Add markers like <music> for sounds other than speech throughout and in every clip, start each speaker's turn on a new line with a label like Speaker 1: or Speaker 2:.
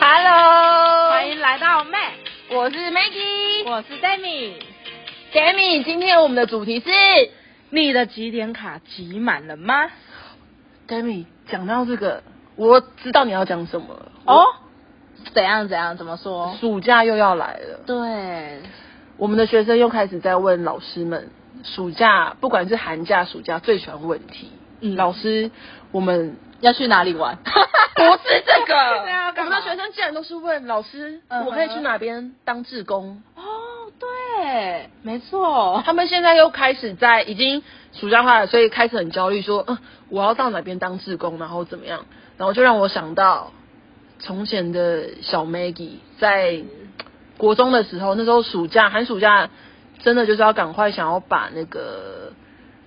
Speaker 1: Hello，
Speaker 2: 欢迎来到麦，
Speaker 1: 我是 Maggie，
Speaker 2: 我是 Demi。
Speaker 1: Jamie，今天我们的主题是
Speaker 2: 你的几点卡集满了吗？
Speaker 1: Jamie。讲到这个，我知道你要讲什么了。
Speaker 2: 哦，怎样怎样？怎么说？
Speaker 1: 暑假又要来了，
Speaker 2: 对，
Speaker 1: 我们的学生又开始在问老师们，暑假不管是寒假、暑假，最喜欢问题。
Speaker 2: 嗯
Speaker 1: 老师，我们
Speaker 2: 要去哪里玩？
Speaker 1: <laughs> 不是这 <laughs> 个，
Speaker 2: 对啊，
Speaker 1: 我
Speaker 2: 干
Speaker 1: 们
Speaker 2: 嘛
Speaker 1: 的学生竟然都是问老师，
Speaker 2: 嗯哼
Speaker 1: 我可以去哪边当志工？
Speaker 2: 哦，对，没错，
Speaker 1: 他们现在又开始在已经暑假化了，所以开始很焦虑，说，嗯，我要到哪边当志工，然后怎么样？然后就让我想到从前的小 Maggie
Speaker 2: 哎
Speaker 1: 在国中的时候，那时候暑假寒暑假真的就是要赶快想要把那个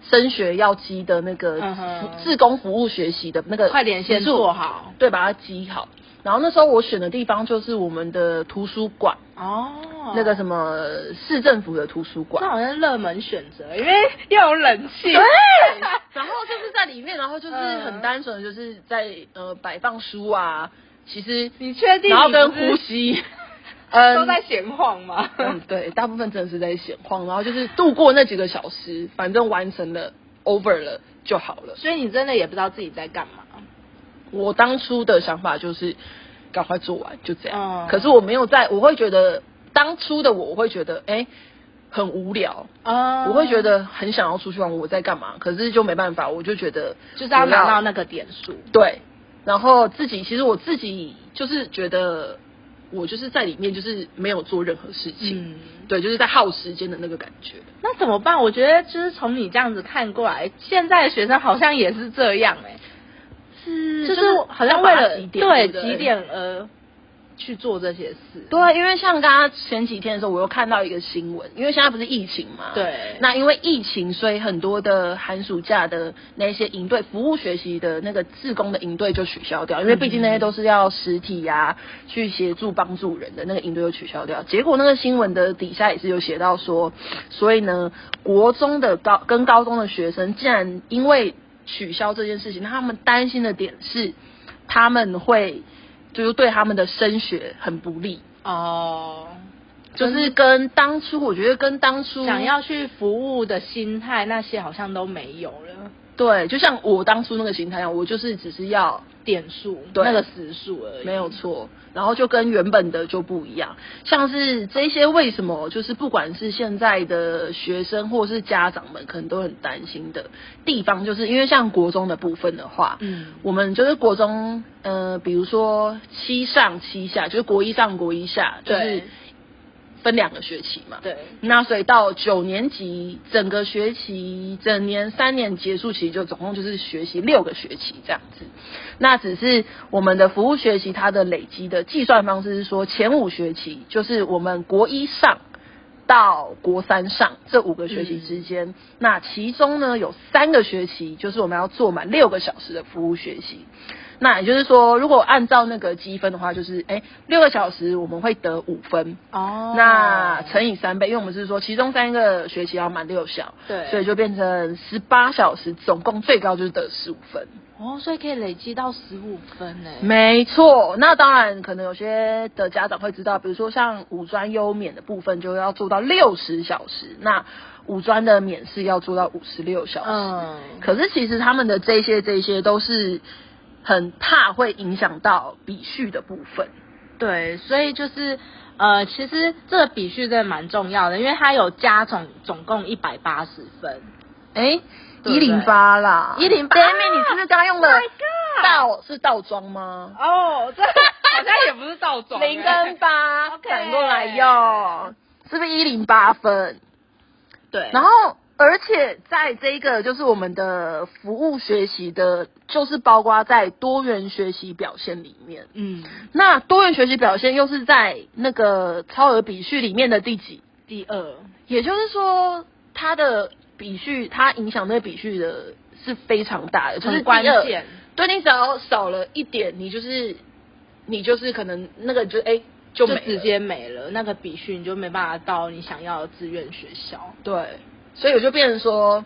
Speaker 1: 升学要积的那个
Speaker 2: 嗯哼
Speaker 1: 志工服务学习的那个
Speaker 2: 快点先
Speaker 1: 时数
Speaker 2: 做好
Speaker 1: 对，把它积好。然后那时候我选的地方就是我们的图书馆，
Speaker 2: 哦，
Speaker 1: 那个什
Speaker 2: 么。
Speaker 1: 么市政府的图书馆
Speaker 2: 这。好像是热门选择，因为要有冷气。 <laughs>
Speaker 1: 对，然后就是在里面，然后就是很单纯，就是在呃摆放书啊，其实
Speaker 2: 你确定你
Speaker 1: 然后跟
Speaker 2: 不是
Speaker 1: 呼吸，嗯，
Speaker 2: 都在闲晃吗？
Speaker 1: 嗯，对，大部分真的是在闲晃，然后就是度过那几个小时，反正完成了 over 了就好了。
Speaker 2: 所以你真的也不知道自己在干嘛。
Speaker 1: 我当初的想法就是赶快做完，就这样。
Speaker 2: 嗯
Speaker 1: 可是我没有在，我会觉得当初的我，我会觉得哎、很无聊，
Speaker 2: 啊
Speaker 1: 我会觉得很想要出去玩，我在干嘛？可是就没办法，我就觉得
Speaker 2: 就是要拿到
Speaker 1: 我
Speaker 2: 那个点数。
Speaker 1: 对，然后自己其实我自己就是觉得我就是在里面就是没有做任何事情，
Speaker 2: 嗯
Speaker 1: 对，就是在耗时间的那个感觉。
Speaker 2: 那怎么办？我觉得就是从你这样子看过来，现在的学生好像也是这样哎、
Speaker 1: 是就
Speaker 2: 就
Speaker 1: 是是
Speaker 2: 好
Speaker 1: 要
Speaker 2: 像为
Speaker 1: 把
Speaker 2: 了
Speaker 1: 几点对
Speaker 2: 对
Speaker 1: 不对
Speaker 2: 几点而去做这些事。
Speaker 1: 对，啊因为像刚刚前几天的时候，我又看到一个新闻，因为现在不是疫情嘛，
Speaker 2: 对
Speaker 1: 那因为疫情，所以很多的寒暑假的那些营队、服务学习的那个志工的营队就取消掉，因为毕竟那些都是要实体呀、去协助帮助人的那个营队就取消掉。结果那个新闻的底下也是有写到说，所以呢，国中的高跟高中的学生竟然因为取消这件事情，那他们担心的点是他们会。就是对他们的升学很不利，
Speaker 2: 哦，
Speaker 1: 就是跟当初，我觉得跟当初
Speaker 2: 想要去服务的心态那些好像都没有了，
Speaker 1: 对，就像我当初那个心态一样，我就是只是要
Speaker 2: 点数
Speaker 1: 对
Speaker 2: 那个时数而已。
Speaker 1: 没有错，然后就跟原本的就不一样。像是这些为什么，就是不管是现在的学生或是家长们，可能都很担心的地方，就是因为像国中的部分的话，
Speaker 2: 嗯
Speaker 1: 我们就是国中，呃，比如说七上七下，就是国一上国一下，就是
Speaker 2: 对
Speaker 1: 分两个学期嘛，
Speaker 2: 对
Speaker 1: 那所以到九年级，整个学期整年三年结束，其实就总共就是学习六个学期这样子。那只是我们的服务学习它的累积的计算方式是说，前五学期就是我们国一上到国三上这五个学期之间，那其中呢有三个学期就是我们要做满六个小时的服务学习。那也就是说，如果按照那个积分的话，就是哎，六个小时我们会得五分，
Speaker 2: 哦，
Speaker 1: 那乘以三倍，因为我们是说其中三个学期要满六小，
Speaker 2: 对
Speaker 1: 所以就变成十八小时，总共最高就是得十五分。
Speaker 2: 哦，所以可以累积到十五分欸呢。
Speaker 1: 没错，那当然可能有些的家长会知道，比如说像五专优免的部分就要做到六十小时，那五专的免试要做到五十六小时。
Speaker 2: 嗯，
Speaker 1: 可是其实他们的这些这些都是很怕会影响到比序的部分。
Speaker 2: 对，所以就是呃，其实这个比序真的蛮重要的，因为它有加总总共一百八十分，
Speaker 1: 哎，一
Speaker 2: 对不对
Speaker 1: 零八啦，
Speaker 2: 108
Speaker 1: Demi，你是不是刚用的
Speaker 2: Oh my god
Speaker 1: 倒是倒装吗？
Speaker 2: 哦，这好像也不是倒装欸
Speaker 1: 零
Speaker 2: <laughs>
Speaker 1: 跟八
Speaker 2: OK
Speaker 1: 反过来用，是不是一零八分？
Speaker 2: 对，
Speaker 1: 然后，而且在这个就是我们的服务学习的，就是包括在多元学习表现里面。
Speaker 2: 嗯，
Speaker 1: 那多元学习表现又是在那个超额比序里面的第几？
Speaker 2: 第二，
Speaker 1: 也就是说，它的比序，它影响那个比序的是非常大的，就是
Speaker 2: 很关
Speaker 1: 第二
Speaker 2: 键。
Speaker 1: 对你只要少了一点，你就是你就是可能那个就哎、就
Speaker 2: 就
Speaker 1: 没了
Speaker 2: 直接没了，那个比序你就没办法到你想要的志愿学校。
Speaker 1: 对，所以我就变成说，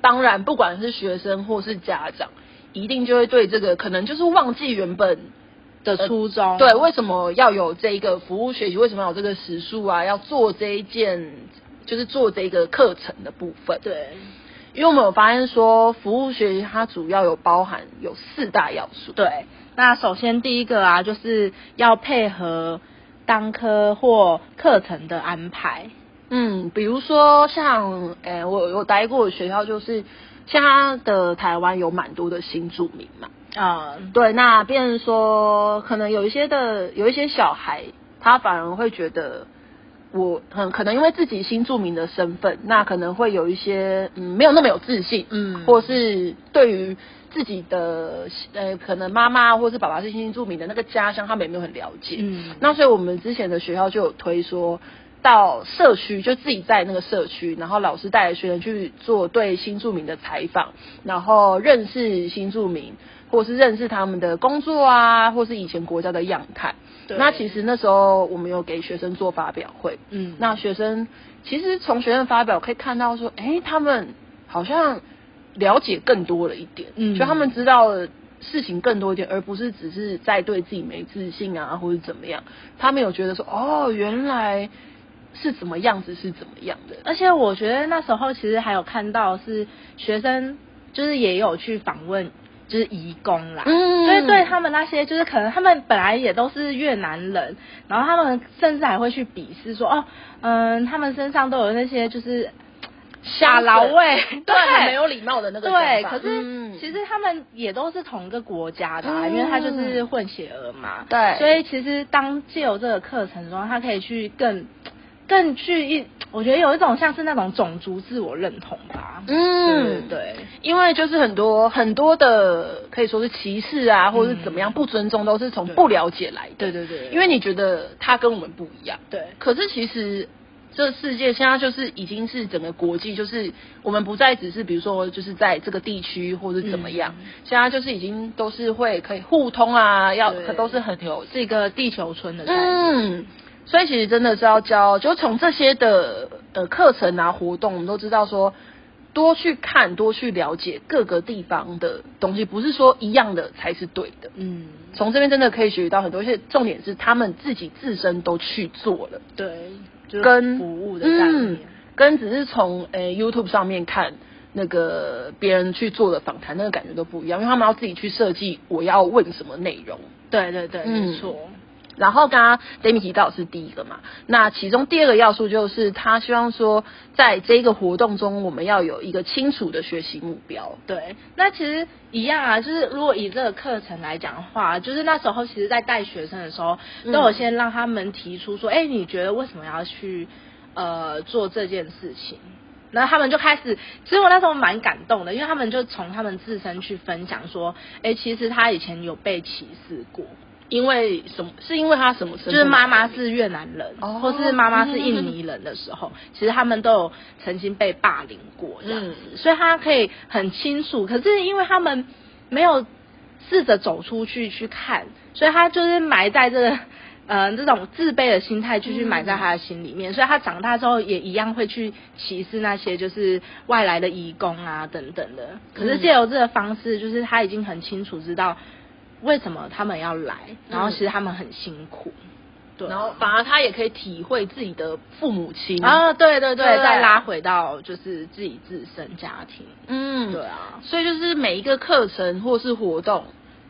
Speaker 1: 当然不管是学生或是家长，一定就会对这个可能就是忘记原本
Speaker 2: 的初衷。
Speaker 1: 对，为什么要有这一个服务学习？为什么要有这个时数啊？要做这一件，就是做这个课程的部分。，
Speaker 2: 对，
Speaker 1: 因为我们有发现说，服务学习它主要有包含有四大要素。
Speaker 2: 对，那首先第一个啊，就是要配合当科或课程的安排。
Speaker 1: 嗯，比如说像，诶、我有待过的学校，就是像它的台湾有蛮多的新住民嘛，
Speaker 2: 嗯，
Speaker 1: 对，那变成说，可能有一些的有一些小孩，他反而会觉得我很可能因为自己新住民的身份，那可能会有一些嗯没有那么有自信，
Speaker 2: 嗯
Speaker 1: 或是对于自己的呃可能妈妈或是爸爸是新住民的那个家乡，他们也没有很了解，
Speaker 2: 嗯
Speaker 1: 那所以我们之前的学校就有推说。到社区就自己在那个社区，然后老师带着学生去做对新住民的采访，然后认识新住民，或是认识他们的工作啊，或是以前国家的样态。
Speaker 2: 对
Speaker 1: 那其实那时候我们有给学生做发表会，
Speaker 2: 嗯
Speaker 1: 那学生其实从学生发表可以看到说，诶，他们好像了解更多了一点，
Speaker 2: 嗯
Speaker 1: 就他们知道的事情更多一点，而不是只是在对自己没自信啊，或者怎么样。他们有觉得说，哦，原来是怎么样子是怎么样的，
Speaker 2: 而且我觉得那时候其实还有看到是学生，就是也有去访问，就是移工啦。
Speaker 1: 嗯
Speaker 2: 所以对他们那些就是可能他们本来也都是越南人，然后他们甚至还会去鄙视说哦，嗯，他们身上都有那些就是
Speaker 1: 瞎
Speaker 2: 打劳味，
Speaker 1: <laughs> 对，
Speaker 2: 对，
Speaker 1: 很没有礼貌的那个
Speaker 2: 对，
Speaker 1: 想法
Speaker 2: 可是
Speaker 1: 嗯
Speaker 2: 其实他们也都是同一个国家的、啊，
Speaker 1: 嗯
Speaker 2: 因为他就是混血儿嘛。
Speaker 1: 对
Speaker 2: 所以其实当借由这个课程中，他可以去更更去一，我觉得有一种像是那种种族自我认同吧。
Speaker 1: 嗯
Speaker 2: 对对
Speaker 1: 因为就是很多很多的可以说是歧视啊，或者是怎么样不尊重，都是从
Speaker 2: 嗯对
Speaker 1: 不了解来的。
Speaker 2: 对对对对
Speaker 1: 因为你觉得他跟我们不一样，
Speaker 2: 对
Speaker 1: 可是其实这世界现在就是已经是整个国际，就是我们不再只是比如说就是在这个地区或者怎么样，
Speaker 2: 嗯
Speaker 1: 现在就是已经都是会可以互通啊，要
Speaker 2: 对
Speaker 1: 可都是很有
Speaker 2: 是一个地球村的概念。
Speaker 1: 嗯，所以其实真的是要教，就从这些的呃课程啊活动，我们都知道说，多去看，多去了解各个地方的东西，不是说一样的才是对的。
Speaker 2: 嗯，
Speaker 1: 从这边真的可以学习到很多，而且重点是他们自己自身都去做了，
Speaker 2: 对，就是
Speaker 1: 跟
Speaker 2: 服务的概念。
Speaker 1: 嗯跟只是从诶、呃 YouTube 上面看那个别人去做的访谈，那个感觉都不一样，因为他们要自己去设计我要问什么内容。
Speaker 2: 对对对，
Speaker 1: 嗯
Speaker 2: 没错。
Speaker 1: 然后刚刚 Demi 提到是第一个嘛，那其中第二个要素就是他希望说，在这个活动中，我们要有一个清楚的学习目标。
Speaker 2: 对，那其实一样啊，就是如果以这个课程来讲的话，就是那时候其实，在带学生的时候，
Speaker 1: 嗯
Speaker 2: 都有先让他们提出说，哎、你觉得为什么要去呃做这件事情？然后他们就开始，其实我那时候蛮感动的，因为他们就从他们自身去分享说，哎，其实他以前有被歧视过，
Speaker 1: 因为什么？是因为他什么身
Speaker 2: 就
Speaker 1: 份？
Speaker 2: 是妈妈是越南人，
Speaker 1: 哦
Speaker 2: 或是妈妈是印尼人的
Speaker 1: <laughs>
Speaker 2: 时候，其实他们都有曾经被霸凌过这样子，
Speaker 1: 嗯
Speaker 2: 所以他可以很清楚。可是因为他们没有试着走出去去看，所以他就是埋在这个。呃，这种自卑的心态继续埋
Speaker 1: 嗯
Speaker 2: 在他的心里面，所以他长大之后也一样会去歧视那些就是外来的移工啊等等的。可
Speaker 1: 嗯
Speaker 2: 是借由这个方式，就是他已经很清楚知道为什么他们要来，然
Speaker 1: 嗯
Speaker 2: 后其实他们很辛苦。对，
Speaker 1: 然后反而他也可以体会自己的父母亲
Speaker 2: 啊，对对对，
Speaker 1: 对
Speaker 2: 再拉回到就是自己自身家庭。
Speaker 1: 嗯，
Speaker 2: 对啊，
Speaker 1: 所以就是每一个课程或是活动，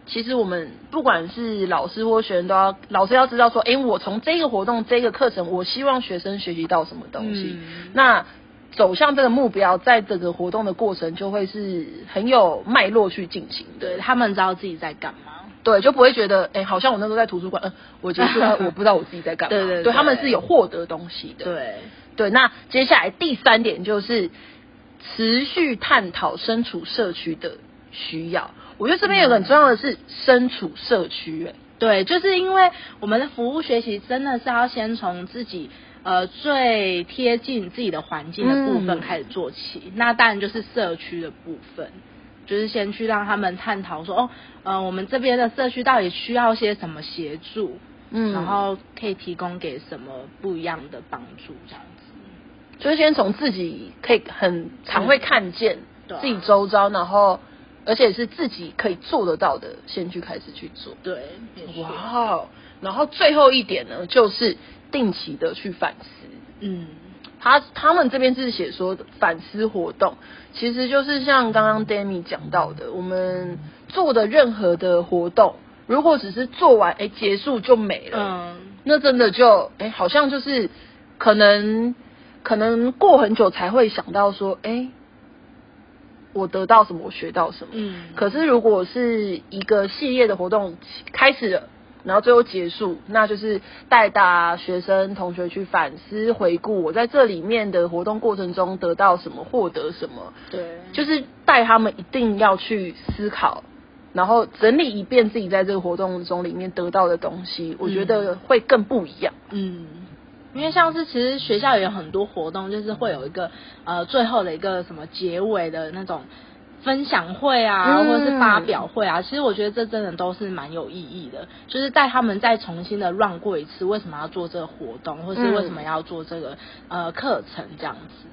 Speaker 1: 其实我们不管是老师或学生，都要老师要知道说，诶，我从这个活动、这个课程，我希望学生学习到什么东西。
Speaker 2: 嗯
Speaker 1: 那走向这个目标，在整个活动的过程就会是很有脉络去进行的。
Speaker 2: 对他们知道自己在干嘛。
Speaker 1: 对，就不会觉得，诶，好像我那时候在图书馆，嗯、我结束了，
Speaker 2: <laughs>
Speaker 1: 我不知道我自己在干嘛。
Speaker 2: 对对对
Speaker 1: 他们是有获得东西的。
Speaker 2: 对，
Speaker 1: 对，那接下来第三点就是持续探讨身处社区的需要。我觉得这边有个很重要的是身处社区、欸，
Speaker 2: 对，就是因为我们的服务学习真的是要先从自己呃最贴近自己的环境的部分
Speaker 1: 嗯
Speaker 2: 开始做起，那当然就是社区的部分。就是先去让他们探讨说，哦，呃，我们这边的社区到底需要些什么协助，
Speaker 1: 嗯
Speaker 2: 然后可以提供给什么不一样的帮助，这样子。
Speaker 1: 就是先从自己可以很常会看见
Speaker 2: 对啊
Speaker 1: 自己周遭，然后而且是自己可以做得到的，先去开始去做。
Speaker 2: 对，没错
Speaker 1: 哇，哦！然后最后一点呢，就是定期的去反思。
Speaker 2: 嗯，
Speaker 1: 他他们这边是写说反思活动，其实就是像刚刚 Demi 讲到的，我们做的任何的活动，如果只是做完哎结束就没了，
Speaker 2: 嗯，
Speaker 1: 那真的就哎，好像就是可能可能过很久才会想到说，哎，我得到什么，我学到什么。
Speaker 2: 嗯
Speaker 1: 可是如果是一个系列的活动开始了，然后最后结束，那就是带大学生同学去反思回顾我在这里面的活动过程中得到什么，获得什么，
Speaker 2: 对，
Speaker 1: 就是带他们一定要去思考，然后整理一遍自己在这个活动中里面得到的东西，我觉得会更不一样。
Speaker 2: 嗯，因为像是其实学校也有很多活动，就是会有一个呃最后的一个什么结尾的那种分享会啊，
Speaker 1: 嗯
Speaker 2: 或者是发表会啊。其实我觉得这真的都是蛮有意义的，就是带他们再重新的 run 过一次，为什么要做这个活动，或是为什么要做这个、呃课程这样子。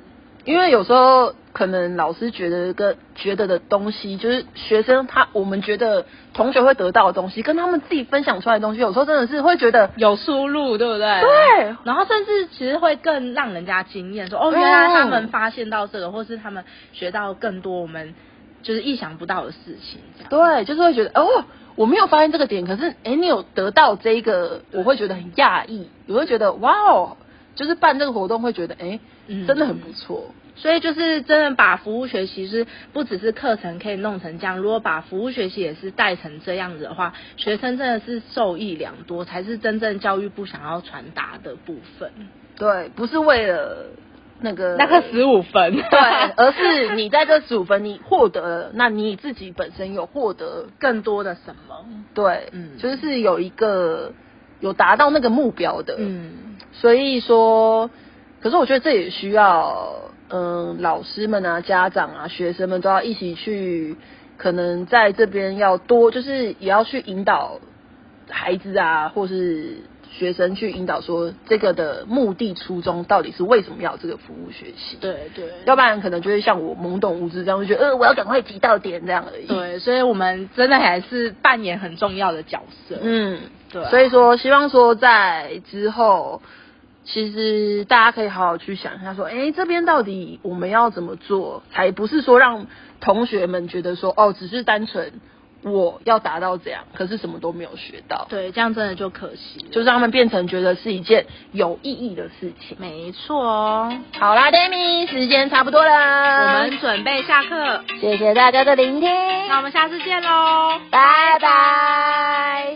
Speaker 1: 因为有时候可能老师觉得跟觉得的东西，就是学生他我们觉得同学会得到的东西，跟他们自己分享出来的东西，有时候真的是会觉得
Speaker 2: 有出入，对不对？
Speaker 1: 对
Speaker 2: 然后甚至其实会更让人家惊艳，说哦，
Speaker 1: 嗯
Speaker 2: 原来他们发现到这个，或是他们学到更多我们就是意想不到的事情，这样。
Speaker 1: 对，就是会觉得哦，我没有发现这个点，可是哎，你有得到这一个，我会觉得很讶异，我会觉得哇哦，就是办这个活动会觉得哎
Speaker 2: 嗯，
Speaker 1: 真的很不错，
Speaker 2: 所以就是真的把服务学习是不只是课程可以弄成这样，如果把服务学习也是带成这样子的话，学生真的是受益良多，才是真正教育部想要传达的部分。
Speaker 1: 对，不是为了那个
Speaker 2: 那个十五分，
Speaker 1: 对，
Speaker 2: 呃
Speaker 1: 而是你在这十五分你获得了，那你自己本身有获得
Speaker 2: 更多的什么？
Speaker 1: 对，
Speaker 2: 嗯
Speaker 1: 就是有一个有达到那个目标的，，
Speaker 2: 嗯
Speaker 1: 所以说，可是我觉得这也需要，嗯，老师们啊、家长啊、学生们都要一起去，可能在这边要多，就是也要去引导孩子啊，或是学生去引导说这个的目的初衷到底是为什么要有这个服务学习，，
Speaker 2: 对对，
Speaker 1: 要不然可能就会像我懵懂无知这样，就觉得呃我要赶快提到点这样而已，。
Speaker 2: 对，所以我们真的还是扮演很重要的角色。
Speaker 1: 嗯，
Speaker 2: 对啊
Speaker 1: 所以说，希望说在之后，其实大家可以好好去想一下，说，哎，这边到底我们要怎么做，才不是说让同学们觉得说，哦，只是单纯我要达到这样，可是什么都没有学到，
Speaker 2: 对，这样真的就可惜了。
Speaker 1: 就是让他们变成觉得是一件有意义的事情。
Speaker 2: 没错哦，
Speaker 1: 好啦，Demi，时间差不多
Speaker 2: 我
Speaker 1: 啦，
Speaker 2: 们准备下课，
Speaker 1: 谢谢大家的聆听，
Speaker 2: 那我们下次见喽。
Speaker 1: 拜拜。